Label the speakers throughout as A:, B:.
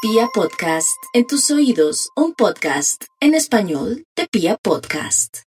A: Pia Podcast, en tus oídos, un podcast en español de Pia Podcast.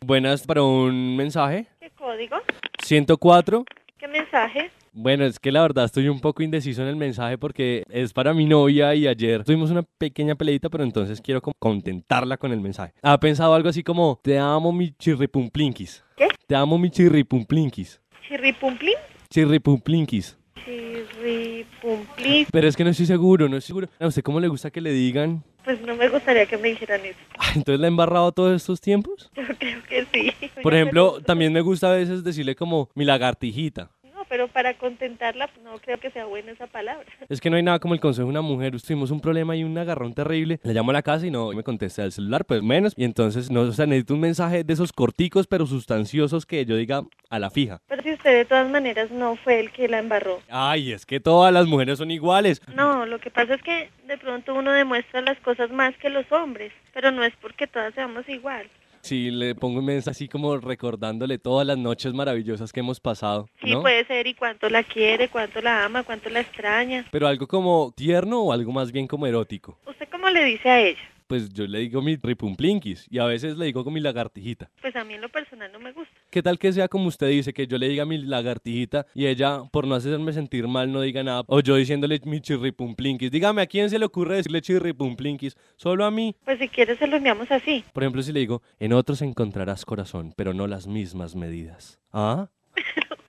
B: Buenas para un mensaje.
C: ¿Qué código?
B: 104.
C: ¿Qué mensaje?
B: Bueno, es que la verdad estoy un poco indeciso en el mensaje porque es para mi novia y ayer tuvimos una pequeña peleita, pero entonces quiero como contentarla con el mensaje. Ha pensado algo así como, te amo mi chirripumplinquis.
C: ¿Qué?
B: Te amo mi chirripumplinquis.
C: ¿Chirripumplín?
B: Chirripumplinquis.
C: Chirripumplín.
B: Pero es que no estoy seguro, no estoy seguro. ¿A usted cómo le gusta que le digan?
C: Pues no me gustaría que me dijeran eso.
B: Ah, Entonces la he embarrado todos estos tiempos.
C: Yo creo que sí.
B: Por ejemplo, también me gusta a veces decirle como mi lagartijita.
C: No, pero para contentarla pues, no creo que sea buena esa palabra.
B: Es que no hay nada como el consejo de una mujer. Tuvimos un problema y un agarrón terrible. Le llamo a la casa y no me contesta el celular, pues menos. Y entonces, no, o sea, necesito un mensaje de esos corticos pero sustanciosos que yo diga a la fija.
C: Pero si usted de todas maneras no fue el que la embarró.
B: Ay, es que todas las mujeres son iguales.
C: No, lo que pasa es que de pronto uno demuestra las cosas más que los hombres, pero no es porque todas seamos igual.
B: Si le pongo un mensaje así como recordándole todas las noches maravillosas que hemos pasado,
C: Sí pues.
B: ¿no?
C: puede ser y cuánto la quiere, cuánto la ama, cuánto la extraña.
B: Pero algo como tierno o algo más bien como erótico.
C: ¿Usted cómo le dice a ella?
B: Pues yo le digo mi ripumplinquis y a veces le digo con mi lagartijita.
C: Pues a mí en lo personal no me gusta.
B: ¿Qué tal que sea como usted dice, que yo le diga mi lagartijita y ella, por no hacerme sentir mal, no diga nada? O yo diciéndole mi chirripumplinquis. Dígame, ¿a quién se le ocurre decirle chirripumplinquis? Solo a mí.
C: Pues si quiere se lo enviamos así.
B: Por ejemplo, si le digo, en otros encontrarás corazón, pero no las mismas medidas. ¿Ah?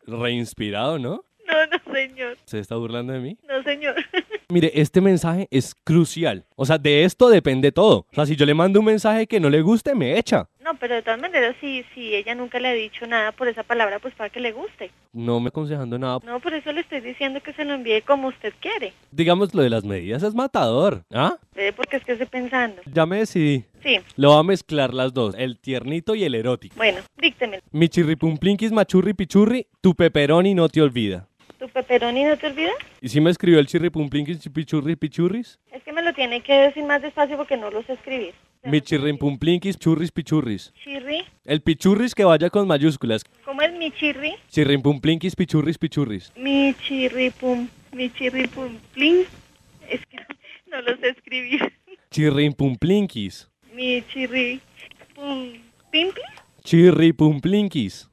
B: Reinspirado, ¿no?
C: No, no, señor.
B: ¿Se está burlando de mí?
C: No, señor.
B: Mire, este mensaje es crucial. O sea, de esto depende todo. O sea, si yo le mando un mensaje que no le guste, me echa.
C: No, pero de todas maneras, si, si ella nunca le ha dicho nada por esa palabra, pues para que le guste.
B: No me aconsejando nada.
C: No, por eso le estoy diciendo que se lo envíe como usted quiere.
B: Digamos, lo de las medidas es matador. ¿Ah?
C: Ve, Porque es que estoy pensando.
B: Ya me decidí.
C: Sí,
B: Lo va a mezclar las dos, el tiernito y el erótico.
C: bueno, dícteme.
B: Mi chirripumplinquis, machurri, pichurri, tu peperoni no te olvida.
C: ¿Tu peperoni no te olvida?
B: ¿Y si me escribió el chirripumplinquis, pichurri, pichurris?
C: Es que me lo tiene que decir más despacio porque no lo sé escribir.
B: Mi chirripumplinquis, churris, pichurris.
C: Chirri,
B: El pichurris que vaya con mayúsculas.
C: ¿cómo es mi chirri?
B: Chirripumplinquis, pichurris, pichurris.
C: Mi chirripum, mi chirripum, plin. Es que no lo sé escribir.
B: Chirripumplinquis.
C: Mi chirri, pum, pimpli.
B: Chirripumplinquis.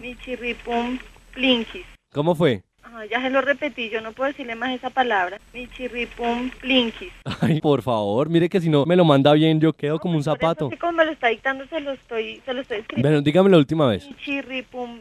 C: Mi chirripum, plinquis.
B: ¿Cómo fue?
C: Ay, ya se lo repetí, yo no puedo decirle más esa palabra. Mi chirripum plinquis.
B: Ay, por favor, mire que si no me lo manda bien, yo quedo como un
C: Por eso,
B: zapato.
C: así como me lo está dictando, se lo estoy, se lo estoy escribiendo.
B: Bueno, dígame la última vez.
C: Mi chirripum.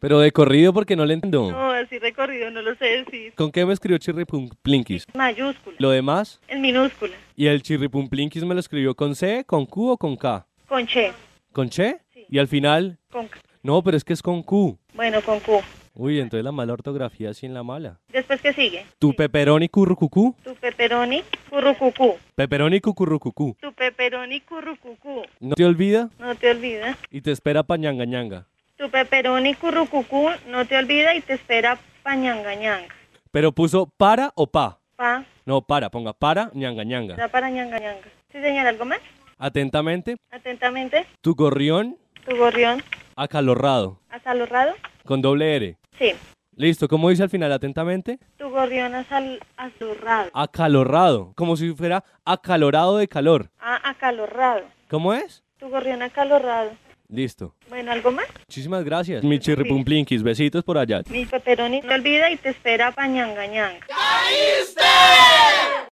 B: Pero de corrido porque no le entiendo.
C: No, así recorrido, no lo sé decir.
B: ¿Con qué me escribió chirripumplinquis?
C: Mayúscula,
B: Lo demás...
C: en minúscula,
B: Y el chirripumplinquis me lo escribió con C, con Q o con K.
C: con che,
B: ¿Con Che?
C: Sí.
B: Y al final,
C: con K.
B: no, pero es que es con Q.
C: Bueno, con Q.
B: Uy, entonces la mala ortografía sí en la mala.
C: Después, ¿qué sigue?
B: Tu peperoni currucucú.
C: Tu peperoni, currucucú.
B: Peperoni cucurrucucú.
C: Tu peperoni, currucucú.
B: No te olvida
C: No te olvida.
B: y te espera pañanga ñanga.
C: Tu peperoni, currucucú, no te olvida y te espera pañangañanga.
B: Pero puso para o pa.
C: Pa,
B: No, para, ponga para ñanga ñanga.
C: da para ñangañanga. Sí, señor, ¿algo más?
B: Atentamente,
C: Atentamente,
B: tu gorrión
C: tu gorrión
B: acalorrado.
C: asalorrado.
B: Con doble R.
C: Sí,
B: Listo, ¿cómo dice al final? Atentamente,
C: tu gorrión asal azurrado.
B: acalorrado. Como si fuera acalorado de calor.
C: Ah, acalorrado.
B: ¿Cómo es?
C: Tu gorrión acalorrado.
B: Listo.
C: Bueno, ¿algo más?
B: Muchísimas gracias. Mi chirripumplinquis, besitos por allá.
C: Mi peperoni no olvida y te espera pañangañanga.